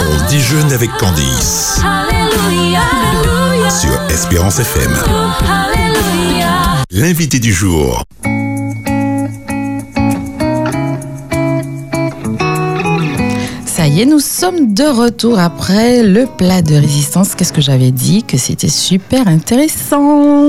On déjeune avec Candice sur Espérance FM. L'invité du jour. Ça y est, nous sommes de retour après le plat de résistance. Qu'est-ce que j'avais dit Que c'était super intéressant.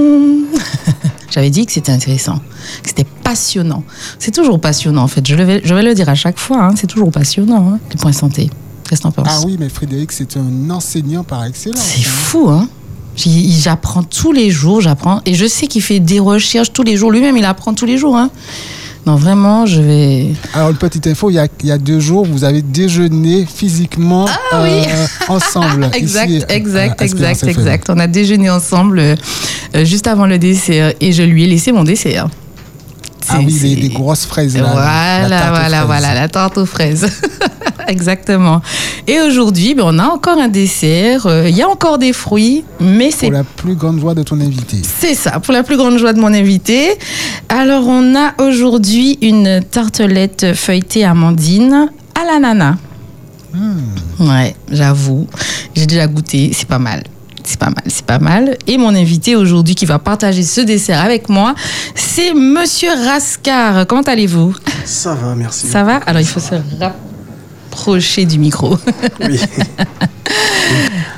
j'avais dit que c'était intéressant, que c'était passionnant. C'est toujours passionnant en fait. Je, le vais, je vais le dire à chaque fois. hein, C'est toujours passionnant. hein, les points santé. Qu'est-ce que t'en penses Ah oui, mais Frédéric, c'est un enseignant par excellence. C'est hein. fou, hein J'y- J'apprends tous les jours, j'apprends. Et je sais qu'il fait des recherches tous les jours. Lui-même, il apprend tous les jours, hein Non, vraiment, je vais... Alors, une petite info, il y, a, il y a deux jours, vous avez déjeuné physiquement Ah oui. euh, ensemble. Exact, ici, à- exact, à Espérance exact, FM. exact. On a déjeuné ensemble euh, euh, juste avant le dessert et je lui ai laissé mon dessert. Ah C'est- oui, les, c'est- les grosses fraises. Là, Voilà, la tarte aux voilà, fraises. voilà, la tarte aux fraises. Exactement. Et aujourd'hui, ben, on a encore un dessert. euh, Il y a encore des fruits, mais c'est Pour la plus grande joie de ton invité. C'est ça, pour la plus grande joie de mon invité. Alors, on a aujourd'hui une tartelette feuilletée amandine à l'ananas. Ouais, j'avoue, j'ai déjà goûté, c'est pas mal. C'est pas mal, c'est pas mal. Et mon invité aujourd'hui qui va partager ce dessert avec moi, c'est Monsieur Rascar. Comment allez-vous Ça va, merci. Ça va Alors, il faut se rapprocher du micro. Oui.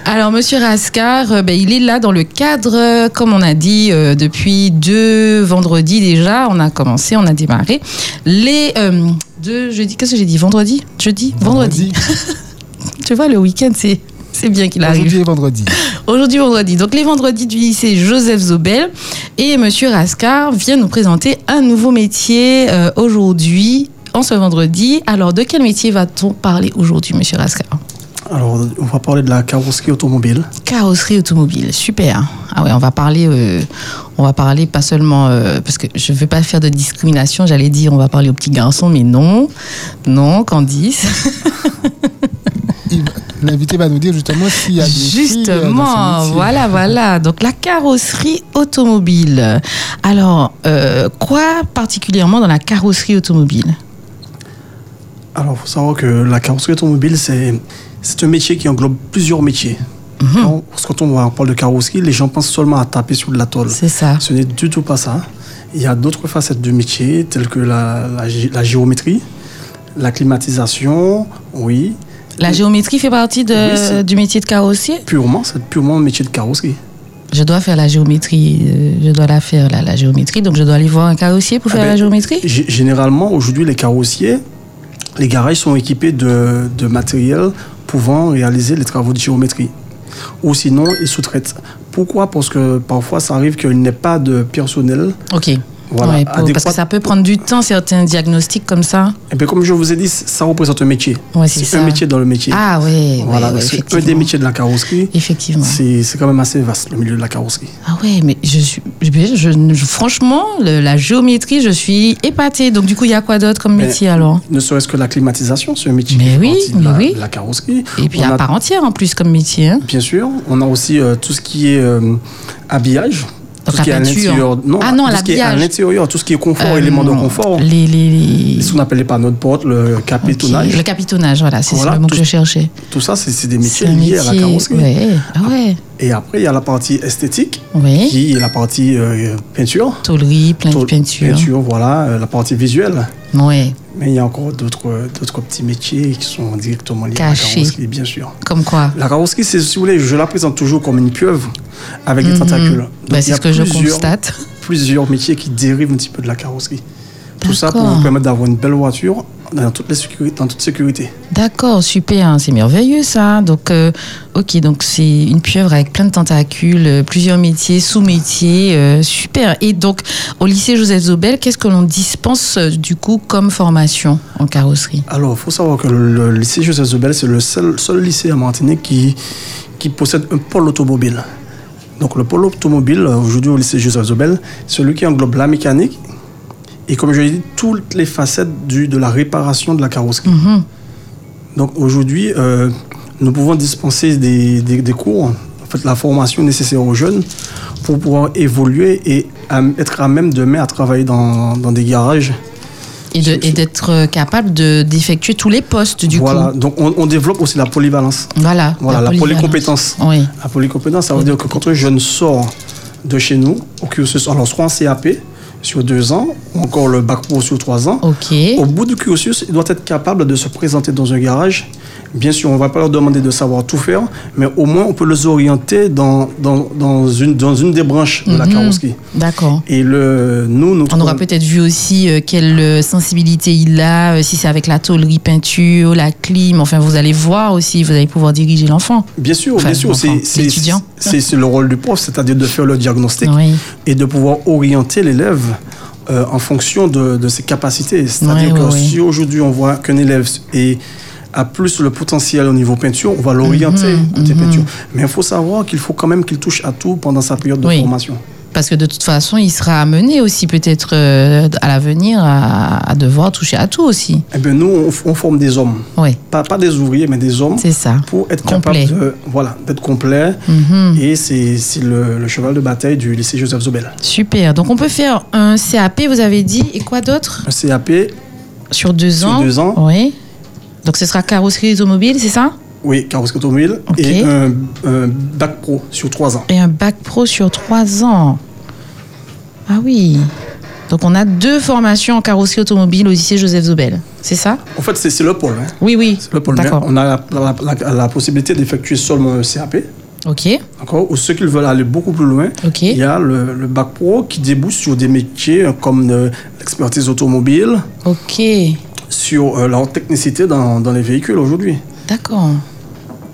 Alors, Monsieur Rascar, euh, ben, il est là dans le cadre, euh, comme on a dit euh, depuis deux vendredis déjà, on a commencé, on a démarré. Les euh, deux jeudi, qu'est-ce que j'ai dit Vendredi Jeudi vendredi. Tu vois, le week-end, c'est. C'est bien qu'il Aujourd'hui arrive. et vendredi. Aujourd'hui, vendredi. Donc, les vendredis du lycée Joseph Zobel. Et Monsieur Rascar vient nous présenter un nouveau métier euh, aujourd'hui, en ce vendredi. Alors, de quel métier va-t-on parler aujourd'hui, Monsieur Rascar Alors, on va parler de la carrosserie automobile. Carrosserie automobile, super. Ah ouais, on va parler, euh, on va parler pas seulement euh, parce que je veux pas faire de discrimination. J'allais dire on va parler aux petits garçons, mais non, non, Candice. Il- L'invité va nous dire justement s'il y a des filles, euh, dans son Justement, métier. voilà, voilà. Donc la carrosserie automobile. Alors euh, quoi particulièrement dans la carrosserie automobile Alors, faut savoir que la carrosserie automobile, c'est, c'est un métier qui englobe plusieurs métiers. Mhm. Quand, quand on va- on parle de carrosserie, les gens pensent seulement à taper sur de la tôle. C'est ça. Ce n'est du tout pas ça. Il y a d'autres facettes du métier, telles que la, la gé- la géométrie, la climatisation, oui. La géométrie fait partie de- Oui, c'est- du métier de carrossier. Purement, c'est purement un métier de carrosserie. Je dois faire la géométrie, euh, je dois la faire la, la géométrie. Donc je dois aller voir un carrossier pour Ah faire ben, la géométrie. gé- Généralement, aujourd'hui, les carrossiers, les garages sont équipés de, de matériel pouvant réaliser les travaux de géométrie. Ou sinon, ils sous-traitent. Pourquoi Parce que parfois, ça arrive qu'il n'y ait pas de personnel. Ok. Voilà, Ouais, pour- parce adéquat. que ça peut prendre du temps, certains diagnostics comme ça. Et bien, comme je vous ai dit, c- ça représente un métier. Ouais, c'est un ça. métier dans le métier. Ah oui, voilà, c'est un des métiers de la carrosserie. Effectivement. C'est c'est quand même assez vaste, le milieu de la carrosserie. Ah ouais, mais je suis, je- je- je- franchement, le- la géométrie, je suis épatée. Donc du coup, il y a quoi d'autre comme Mais- métier alors Ne serait-ce que la climatisation, c'est un métier Mais qui fait oui, partie de mais la, oui. de la carrosserie. Et puis On à a- part entière en plus comme métier. hein. Bien sûr, on a aussi euh, tout ce qui est euh, habillage. Donc tout la ce qui est à peinture. l'intérieur. Ah non, tout ce qui est à l'habillage. l'intérieur, tout ce qui est confort, Euh, éléments de confort. Les, les, les- Ce qu'on appelle les panneaux de porte, le Ok, capitonnage. Le capitonnage, voilà, c'est Voilà, le mot tout- que je cherchais. Tout ça, c'est c'est des C'est métiers un liés métier. à la carrosserie. ouais. Ah ouais. Et après, il y a la partie esthétique, Oui. qui est la partie euh, peinture. Tôlerie, plein de Tôle- peinture. voilà, euh, la partie visuelle. Ouais. Mais il y a encore d'autres euh, d'autres petits métiers qui sont directement liés à la Cachés. carrosserie, bien sûr. Comme quoi. La carrosserie, c'est, si vous voulez, je la présente toujours comme une pieuvre avec des tentacules. Donc, Bah, il y c'est a ce que je plusieurs- constate. Plusieurs métiers qui dérivent un petit peu de la carrosserie. Tout ça pour D'accord. vous permettre d'avoir une belle voiture dans, toutes les sécuri- dans toute sécurité. D'accord, super, hein, c'est merveilleux ça. Donc, euh, ok, donc c'est une pieuvre avec plein de tentacules, euh, plusieurs métiers, sous-métiers, euh, super. Et donc, au lycée Joseph Zobel, qu'est-ce que l'on dispense euh, du coup comme formation en carrosserie Alors, il faut savoir que le, le lycée Joseph Zobel, c'est le seul, seul lycée à Martinique qui, qui possède un pôle automobile. Donc, le pôle automobile, euh, aujourd'hui au lycée Joseph Zobel, c'est celui qui englobe la mécanique et, comme je l'ai dit, toutes les facettes du, de la réparation de la carrosserie. Mhm. Donc, aujourd'hui, euh, nous pouvons dispenser des, des- des cours, en fait, la formation nécessaire aux jeunes pour pouvoir évoluer et euh, être à même demain à travailler dans, dans des garages Et de- et d'être euh, capable de- d'effectuer tous les postes, du voilà, coup. donc on, on développe aussi la polyvalence. Voilà. Voilà, la polyvalence. polycompétence. Oui. La polycompétence, ça veut dire que quand un jeune sort de chez nous, au cursus, alors soit en CAP sur deux ans, ou encore le bac pro sur trois ans, Ok. au bout du cursus, il doit être capable de se présenter dans un garage. Bien sûr, on ne va pas leur demander de savoir tout faire, mais au moins on peut les orienter dans, dans, dans une, dans une des branches de la carrosserie. D'accord. Et le, nous, notre, Mhm. On aura peut-être vu aussi euh, quelle euh, sensibilité il a, euh, si c'est avec la tôlerie peinture, la clim. Enfin, vous allez voir aussi, vous allez pouvoir diriger l'enfant. Bien sûr, Enfin, bien sûr, enfin, c'est- c'est l'étudiant. c'est- c'est le rôle du prof, c'est-à-dire de faire le diagnostic Oui. et de pouvoir orienter l'élève euh, en fonction de, de ses capacités. C'est-à-dire Ouais, que ouais, ouais. si aujourd'hui on voit qu'un élève est- a plus le potentiel au niveau peinture, on va l'orienter Mhm, côté peinture. Mais il faut savoir qu'il faut quand même qu'il touche à tout pendant sa période de Oui. formation. Parce que de toute façon, il sera amené aussi peut-être euh, à l'avenir à, à devoir toucher à tout aussi. Eh bien, nous, on, on forme des hommes, Oui, pas, pas des ouvriers, mais des hommes c'est ça. pour être Complet. Mhm. capable de- voilà, d'être complet. Et c'est c'est le, le cheval de bataille du lycée Joseph Zobel. Super. Donc on peut faire un CAP, vous avez dit, et quoi d'autre Un CAP Sur deux Sur ans deux ans. Oui. Donc ce sera carrosserie automobile, c'est ça Oui, carrosserie automobile Ok. et un, un bac pro sur trois ans. Et un bac pro sur trois ans. Ah oui. Donc on a deux formations en carrosserie automobile au lycée Joseph Zobel, c'est ça En fait, c'est c'est le pôle. hein. Oui, oui. C'est le pôle. Mais D'accord. on a la, la- la- la possibilité d'effectuer seulement un CAP. Ok. D'accord Ou ceux qui veulent aller beaucoup plus loin, Ok. il y a le, le bac pro qui débouche sur des métiers euh, comme euh, l'expertise automobile, Ok. sur euh, leur technicité dans, dans les véhicules aujourd'hui. D'accord.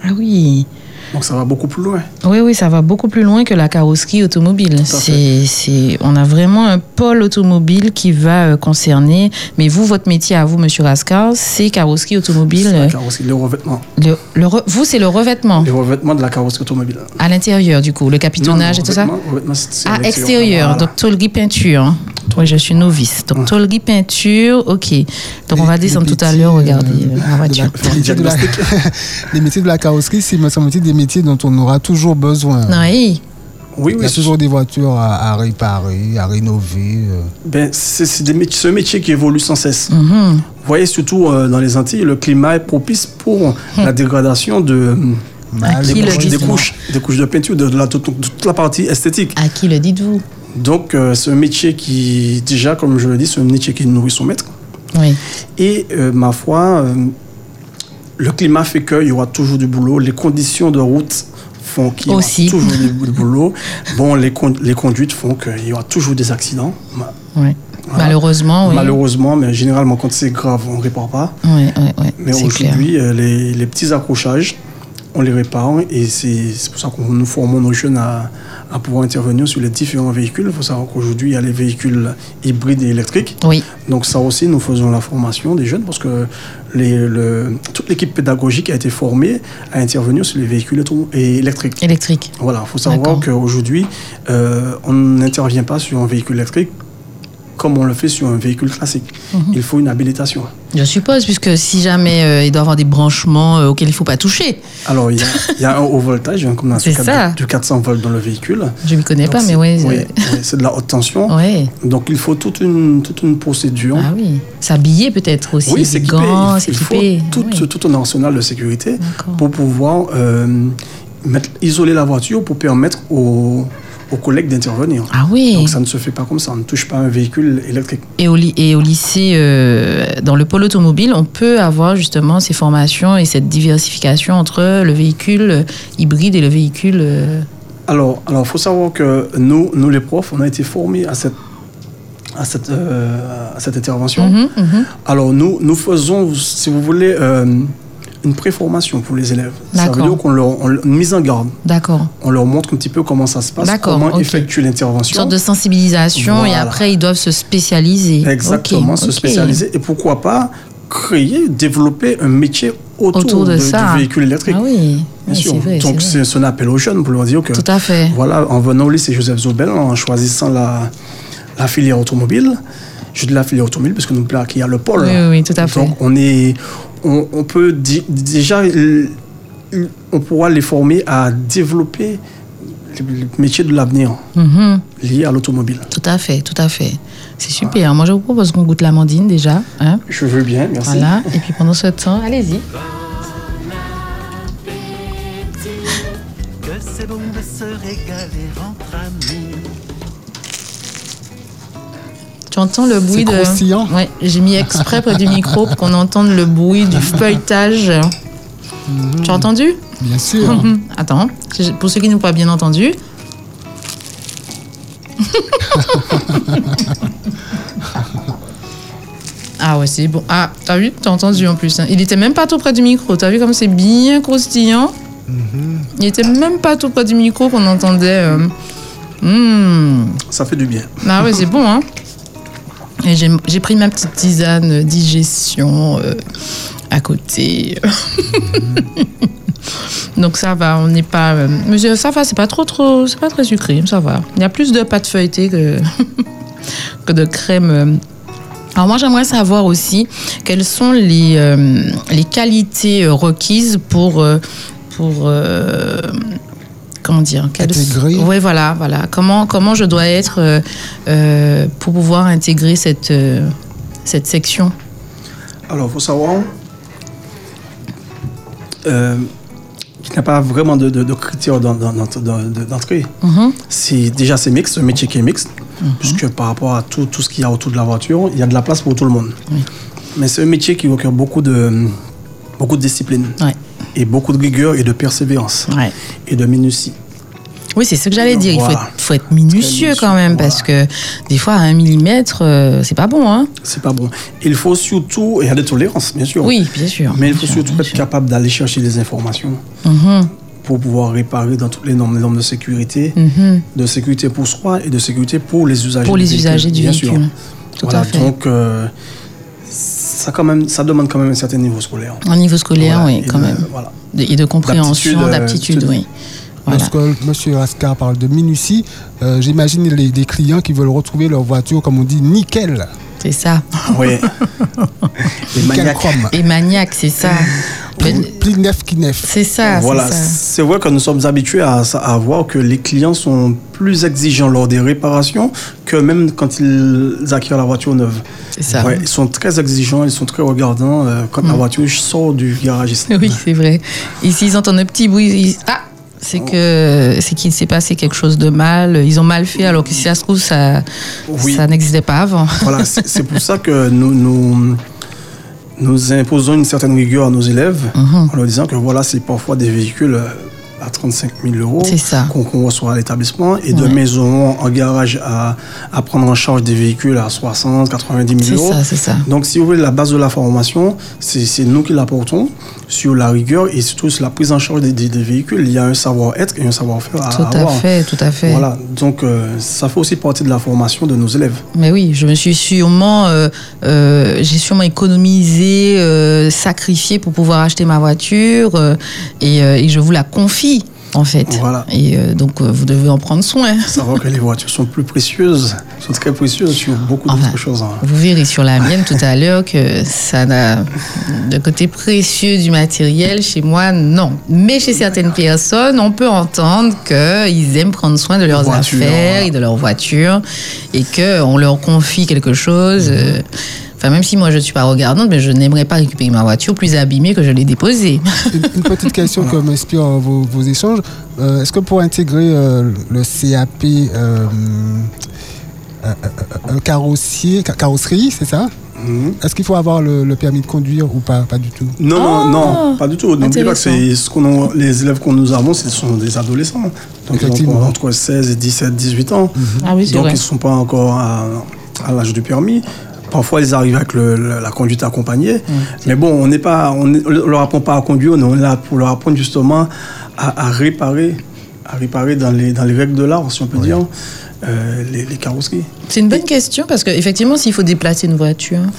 Ah oui. Donc ça va beaucoup plus loin. Oui, oui, ça va beaucoup plus loin que la carrosserie automobile. Tout à C'est, c'est, on a vraiment un pôle automobile qui va euh, concerner. Mais vous, votre métier à vous, Monsieur Raskar, c'est carrosserie automobile. C'est euh, la carrosserie, le revêtement. Le, le re- vous, c'est le revêtement Les revêtements de la carrosserie automobile. à l'intérieur, du coup, le capitonnage Non, et tout ça. revêtement- revêtement, c'est- c'est Ah, l'extérieur. extérieur, Voilà. donc tôlerie peinture. Oui, je suis novice. Donc tôlerie peinture, ok. Donc on va Les- les descendre tout à petits, l'heure, euh, regarder euh, de la voiture. les métiers de la- les métiers de la carrosserie, c'est, me semble-t-il, des métiers dont on aura toujours besoin. Oui, Oui, Il y oui, a toujours des voitures à, à réparer, à rénover. euh. Ben, c'est c'est des métiers- ce métier qui évolue sans cesse. Mhm. Vous voyez, surtout euh, dans les Antilles, le climat est propice Hum. pour la dégradation de, hum, Mal qui Ah, des, le couches, dit, des c'est couches- des couches de peinture, de, la, de toute la partie esthétique. à qui le dites-vous Donc, euh, c'est un métier qui, déjà, comme je le dis, c'est un métier qui nourrit son maître. Oui, Et euh, ma foi, euh, le climat fait qu'il y aura toujours du boulot. Les conditions de route font qu'il y aura Aussi. toujours du du boulot. Bon, les, con- les conduites font qu'il y aura toujours des accidents. oui. Malheureusement, oui. Malheureusement, mais généralement, quand c'est grave, on ne répare pas. Oui, oui, oui, Mais c'est clair. aujourd'hui, euh, les, les petits accrochages, on les répare et c'est c'est pour ça qu'on nous formons nos jeunes à, à pouvoir intervenir sur les différents véhicules. Il faut savoir qu'aujourd'hui, il y a les véhicules hybrides et électriques. Oui, Donc ça aussi, nous faisons la formation des jeunes parce que les- le- toute l'équipe pédagogique a été formée à intervenir sur les véhicules auto- et électriques. électrique. Voilà, il faut D'accord. savoir qu'aujourd'hui, euh, on n'intervient pas sur un véhicule électrique comme on le fait sur un véhicule classique. Mhm. Il faut une habilitation. Je suppose, puisque si jamais euh, il doit y avoir des branchements euh, auxquels il ne faut pas toucher, Alors, il y, a- il y a un haut voltage, hein, comme dans ce C'est cas ça. du, du 400 volts dans le véhicule. je ne m'y connais Donc, pas, c'est- mais ouais, oui, euh, oui, c'est de la haute tension. ouais. Donc, il faut toute une, toute une procédure. Ah oui. S'habiller peut-être aussi. oui, des s'équiper. gants, il, faut- s'équiper. il faut tout, Ah oui. tout un arsenal de sécurité D'accord. pour pouvoir euh, mettre- isoler la voiture pour permettre aux, aux collègues d'intervenir. Ah oui. Donc, ça ne se fait pas comme ça. On ne touche pas un véhicule électrique. Et au, ly- et au lycée, euh, dans le pôle automobile, on peut avoir justement ces formations et cette diversification entre le véhicule euh, hybride et le véhicule. euh, Alors, alors, faut savoir que nous, nous les profs, on a été formés à cette, à cette, euh, à cette intervention. mhm, mhm. Alors nous, nous faisons, si vous voulez, euh, une préformation pour les élèves. Ça veut D'accord. dire qu'on leur on, leur- une mise en garde. D'accord. On leur montre un petit peu comment ça se passe, D'accord, comment ok. effectuer Une l'intervention. sorte de sensibilisation et Voilà. après ils doivent se spécialiser. Exactement, Ok, se ok. spécialiser et pourquoi pas créer, développer un métier autour, autour de, de- ça. du véhicule électrique. Ah oui, Oui, Bien sûr. c'est vrai. c'est Donc vrai. c'est euh, c'est un appel aux jeunes pour leur dire que Tout à fait. voilà, en venant au lycée Joseph Zobel, en choisissant la, la filière automobile, je dis la filière automobile parce que nous plaît qu'il y a le pôle. Oui, oui, oui, tout à fait. Donc on est, on, on peut di- déjà, l- l- on pourra les former à développer le le métier de l'avenir Mhm. lié à l'automobile. Tout à fait, tout à fait. C'est super. Moi, je vous propose qu'on goûte l'amandine déjà. hein. Je veux bien, merci. Voilà. Et puis pendant ce temps, allez-y. que c'est bon de se régaler entre amis. Tu entends le bruit de. croustillant. Ouais, j'ai mis exprès près du micro pour qu'on entende le bruit du feuilletage. Tu as entendu Bien sûr. Mhm. Attends, je- pour ceux qui n'ont pas bien entendu. ah ouais, c'est bon. Ah, t'as vu T'as entendu en plus. hein. Il était même pas tout près du micro. T'as vu comme c'est bien croustillant Il était même pas tout près du micro qu'on entendait. euh, hmm. Ça fait du bien. Ah ouais, c'est bon, hein Et j'ai j'ai pris ma petite tisane euh, digestion euh, à côté. Donc ça va, on n'est pas... euh, mais c'est- ça va, c'est pas trop trop... C'est pas très sucré, ça va. Il y a plus de pâte feuilletée que, que de crème. euh. Alors moi, j'aimerais savoir aussi quelles sont les, euh, les qualités euh, requises pour... euh, pour euh, comment dire quelles- Intégrer. oui, voilà, voilà. Comment, comment je dois être euh, euh, pour pouvoir intégrer cette, euh, cette section Alors, il faut savoir euh, qu'il n'y a pas vraiment de, de, de critères d'en- d'en- d'en- d'en- de- d'entrée. C'est- Déjà, c'est mixte, un métier qui est mixte, Mhm. puisque par rapport à tout, tout ce qu'il y a autour de la voiture, il y a de la place pour tout le monde. Mais c'est un métier qui requiert beaucoup de, beaucoup de discipline, Ouais. et beaucoup de rigueur, et de persévérance, Ouais. et de minutie. Oui, c'est ce que j'allais dire. Il faut Voilà. être, faut être minutieux minutieux, quand même, voilà. parce que des fois, à un millimètre, euh, c'est pas bon. Hein C'est pas bon. Il faut surtout, il y a des tolérances, bien sûr. oui, bien sûr. Mais il bien faut sûr, surtout bien être sûr. capable d'aller chercher des informations Mhm, pour pouvoir réparer dans toutes les normes, les normes de sécurité, mhm. de sécurité pour soi et de sécurité pour les usagers. Pour les véhicule, usagers du bien sûr. véhicule. Tout Voilà, à fait. donc euh, ça, quand même, ça demande quand même un certain niveau scolaire. Un niveau scolaire, Voilà, oui, et quand de- même. Voilà. De- Et de compréhension, D'aptitude, euh, d'aptitude, oui. Voilà. Lorsque M. Ascar parle de minutie, euh, j'imagine les, les clients qui veulent retrouver leur voiture, comme on dit, nickel, C'est ça. Oui. Ah les nickel maniaques. chrome, Et maniaque, c'est ça. Mais- plus neuf qui neuf. C'est ça. Ah, c'est Voilà, ça. c'est vrai que nous sommes habitués à, ça- à voir que les clients sont plus exigeants lors des réparations que même quand ils acquièrent la voiture neuve. C'est ça. Ouais, ils sont très exigeants, ils sont très regardants euh, quand la voiture sort du garagiste. Mm. Oui, c'est vrai. Ici, ils entendent un petit bruit. ils- Ah c'est Oh. que c'est qu'il s'est passé quelque chose de mal, ils ont mal fait alors que si ça se trouve ça Oui. ça n'existait pas avant. Voilà, c'est c'est pour ça que nous, nous, nous imposons une certaine rigueur à nos élèves Mm-hmm. en leur disant que voilà, c'est parfois des véhicules euh, à 35 000 euros C'est ça. qu'on qu'on reçoit à l'établissement et de maisons en garage à, à prendre en charge des véhicules à 60, 90 C'est 000 euros. ça, c'est ça. Donc, si vous voulez, la base de la formation, c'est c'est nous qui l'apportons sur la rigueur et surtout sur la prise en charge des, des- des véhicules. Il y a un savoir-être et un savoir-faire à Tout à avoir. fait, tout à fait. Ah, Voilà, donc euh, ça fait aussi partie de la formation de nos élèves. Mais oui, je me suis sûrement, euh, euh, j'ai sûrement économisé, euh, sacrifié pour pouvoir acheter ma voiture euh, et, euh, et je vous la confie en fait. Voilà. Et euh, donc euh, vous devez en prendre soin. savoir que les voitures sont plus précieuses, sont très précieuses sur beaucoup Enfin. d'autres choses. hein. Vous verrez sur la mienne tout à l'heure que ça n'a. Le côté précieux du matériel, chez moi, non. Mais chez certaines personnes, on peut entendre qu'ils aiment prendre soin de leurs Voiture, affaires voilà. et de leur voiture et qu'on leur confie quelque chose. Mhm. euh, Enfin, même si moi je ne suis pas regardante, mais je n'aimerais pas récupérer ma voiture plus abîmée que je l'ai déposée. Une, une petite question que m'inspirent euh, vos, vos échanges. Euh, Est-ce que pour intégrer euh, le CAP euh, euh, euh, euh, carrossier, ca- carrosserie, c'est ça Est-ce qu'il faut avoir le, le permis de conduire ou pas Pas du tout. Non, Oh, non, non, pas du tout. N'oubliez pas que intéressant. c'est ce qu'on a- les élèves qu'on nous avons, ce sont des adolescents. Donc ils Effectivement. ont entre 16 et 17, 18 ans. Ah oui, c'est Donc vrai. ils ne sont pas encore à, à l'âge du permis. Parfois, ils arrivent avec le- le- la conduite accompagnée. Mais bon, on n'est pas, on ne leur apprend pas à conduire, on est là pour leur apprendre justement à, à réparer, à réparer dans les, dans les règles de l'art, si on peut dire, euh, les, les carrosseries. C'est une bonne question parce qu'effectivement, s'il faut déplacer une voiture, hein,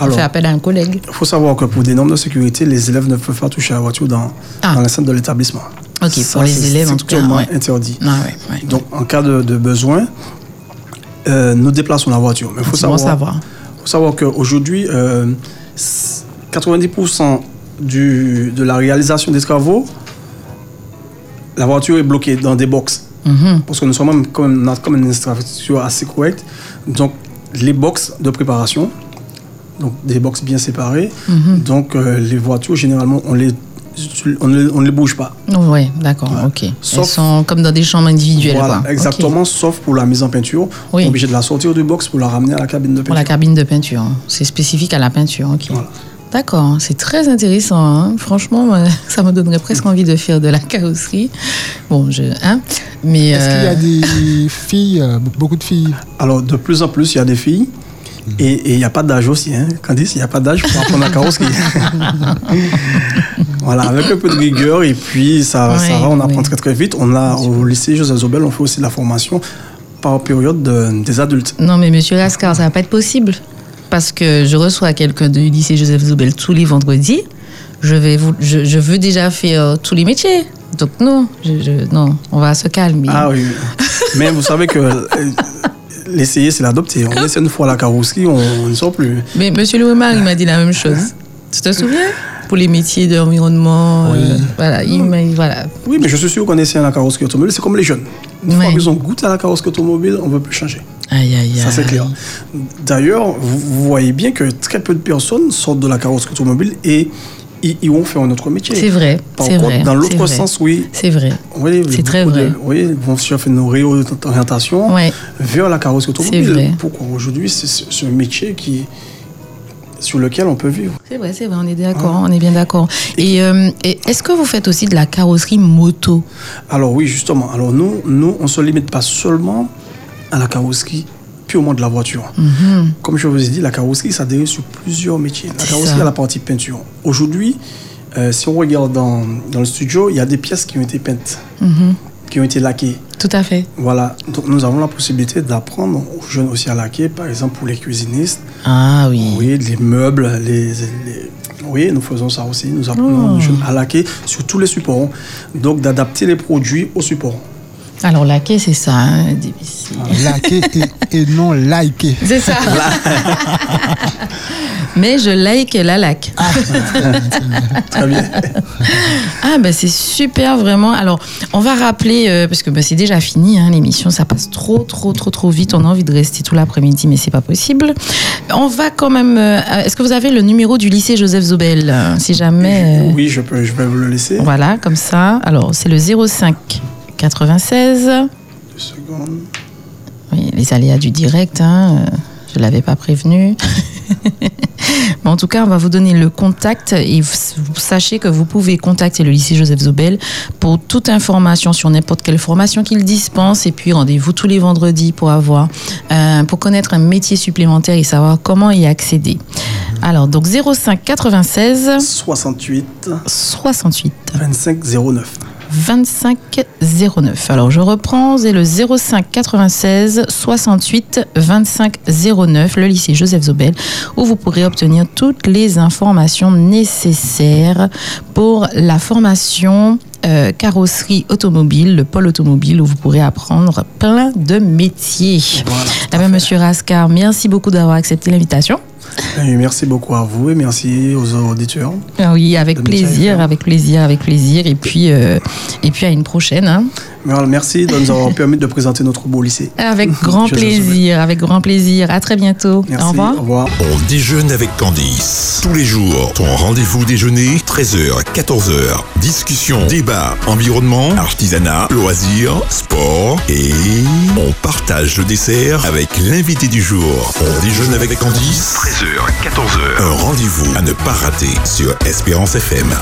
on Alors. fait appel à un collègue. Il faut savoir que pour des normes de sécurité, les élèves ne peuvent pas toucher à la voiture dans, Ah. dans la salle de l'établissement. Ok, pour les c'est élèves, en tout cas, strictement ouais. interdit. Ah, ouais, ouais. Donc, en cas de, de besoin, euh, nous déplaçons la voiture. Mais il faut C'est bon à savoir, savoir. faut savoir qu'aujourd'hui, euh, s- 90% du, de la réalisation des travaux, la voiture est bloquée Mhm. dans des boxes. Parce que nous sommes même comme, on a comme une infrastructure assez correcte. Donc, les boxes de préparation, donc des boxes bien séparées. Mhm. Donc euh, les voitures, généralement, on les, on ne les- on ne les bouge pas. Oui, d'accord, ok. Elles Sauf- sont comme dans des chambres individuelles. Voilà, quoi. exactement, Ok. sauf pour la mise en peinture. Oui. On est obligé de la sortir du box pour la ramener à la cabine de Pour peinture. la cabine de peinture. hein. C'est spécifique à la peinture, ok. Voilà. D'accord, hein, c'est très intéressant. hein. Franchement, moi, ça me donnerait presque envie de faire de la carrosserie. Bon, je. Hein Mais. Est-ce qu'il y euh, a des filles, euh, beaucoup de filles Alors, de plus en plus, il y a des filles. Et et il n'y a pas d'âge aussi, hein. Candice, il n'y a pas d'âge pour apprendre la carrosserie. voilà, avec un peu de rigueur, et puis ça, ça Ouais, va, on apprend ouais. très très vite. On a au lycée Joseph Zobel, on fait aussi de la formation par période de- des adultes. Non, mais monsieur Lascar, ça va pas être possible. Parce que je reçois quelqu'un du lycée Joseph Zoubel tous les vendredis. Je, vais vous, je, je veux déjà faire euh, tous les métiers. Donc, non, je- je- non on va se calmer. Ah oui. Mais vous savez que euh, l'essayer, c'est l'adopter. On essaie une fois la carrosserie, on on ne sort plus. Mais monsieur Le Remar, il m'a dit la même chose. Hein Tu te souviens Pour les métiers de l'environnement. euh, voilà, il m'a voilà. Oui, mais je suis sûr qu'on essaie la carrosserie automobile, c'est comme les jeunes. Une fois Ouais. qu'ils ont goûté à la carrosserie automobile, on ne veut plus changer. Aïe, aïe, aïe. Ça, c'est clair. D'ailleurs, vous, vous voyez bien que très peu de personnes sortent de la carrosserie automobile et ils, ils vont faire un autre métier. C'est vrai, Par c'est contre, vrai, dans c'est l'autre vrai. sens, oui. C'est vrai. oui C'est beaucoup très de- vrai. Oui, ils vont se faire une réorientation Ouais. vers la carrosserie automobile. C'est vrai. Pourquoi aujourd'hui, c'est c'est- c'est un métier qui, sur lequel on peut vivre. C'est vrai, c'est vrai, on est d'accord, Hein on est bien d'accord. Et, euh, et est-ce que vous faites aussi de la carrosserie moto Alors oui, justement. Alors nous, nous, on se limite pas seulement à la carrosserie purement de la voiture. Comme je vous ai dit, la carrosserie, ça dérive sur plusieurs métiers. La Mhm. C'est carrosserie ça. a la partie peinture. Aujourd'hui, euh, si on regarde dans, dans le studio, il y a des pièces qui ont été peintes, Mhm. qui ont été laquées. Tout à fait. Voilà. Donc nous avons la possibilité d'apprendre aux jeunes aussi à laquer, par exemple pour les cuisinistes. Ah oui. Oui, les meubles, les, les- Oui, nous faisons ça aussi. Nous Oh. apprenons aux jeunes à laquer sur tous les supports. Donc, d'adapter les produits aux supports. Alors laquer, c'est ça, hein, difficile. Ah. Liker et, et non liker. C'est ça. Mais je like la laque. Très bien. Ah ben c'est super vraiment. Alors on va rappeler euh, parce que ben, c'est déjà fini hein, l'émission, ça passe trop trop trop trop vite. On a envie de rester tout l'après-midi mais c'est pas possible. On va quand même. euh, Est-ce que vous avez le numéro du lycée Joseph Zobel euh, Si jamais. euh, Oui, je, peux, je vais vous le laisser. Voilà comme ça. Alors c'est le 05 96. Deux secondes. Oui les aléas du direct. Hein, euh, je l'avais pas prévenu. Mais en tout cas, on va vous donner le contact et vous vous sachez que vous pouvez contacter le lycée Joseph Zobel pour toute information sur n'importe quelle formation qu'il dispense et puis rendez-vous tous les vendredis pour avoir euh, pour connaître un métier supplémentaire et savoir comment y accéder. Alors donc 05 96 68 68 25 09. 25 09. Alors je reprends, c'est le 05 96 68 25 09, le lycée Joseph Zobel, où vous pourrez obtenir toutes les informations nécessaires pour la formation euh, carrosserie automobile, le pôle automobile, où vous pourrez apprendre plein de métiers. Eh bien, Monsieur Rascar, merci beaucoup d'avoir accepté l'invitation. Et merci beaucoup à vous et merci aux auditeurs. Ah Oui, avec Dominique plaisir, Saïfer. avec plaisir, avec plaisir. Et puis, euh, et puis à une prochaine. hein. Voilà, Merci de nous avoir permis de présenter notre beau lycée. Avec grand Je sais. plaisir, avec grand plaisir. À très bientôt. Merci. Au revoir. Au revoir. On déjeune avec Candice. Tous les jours, ton rendez-vous déjeuner, 13h, 14h. Discussion, débat, environnement, artisanat, loisirs, sport et on partage le dessert avec l'invité du jour. On déjeune avec Candice, 13h, 14h. Un rendez-vous à ne pas rater sur Espérance FM.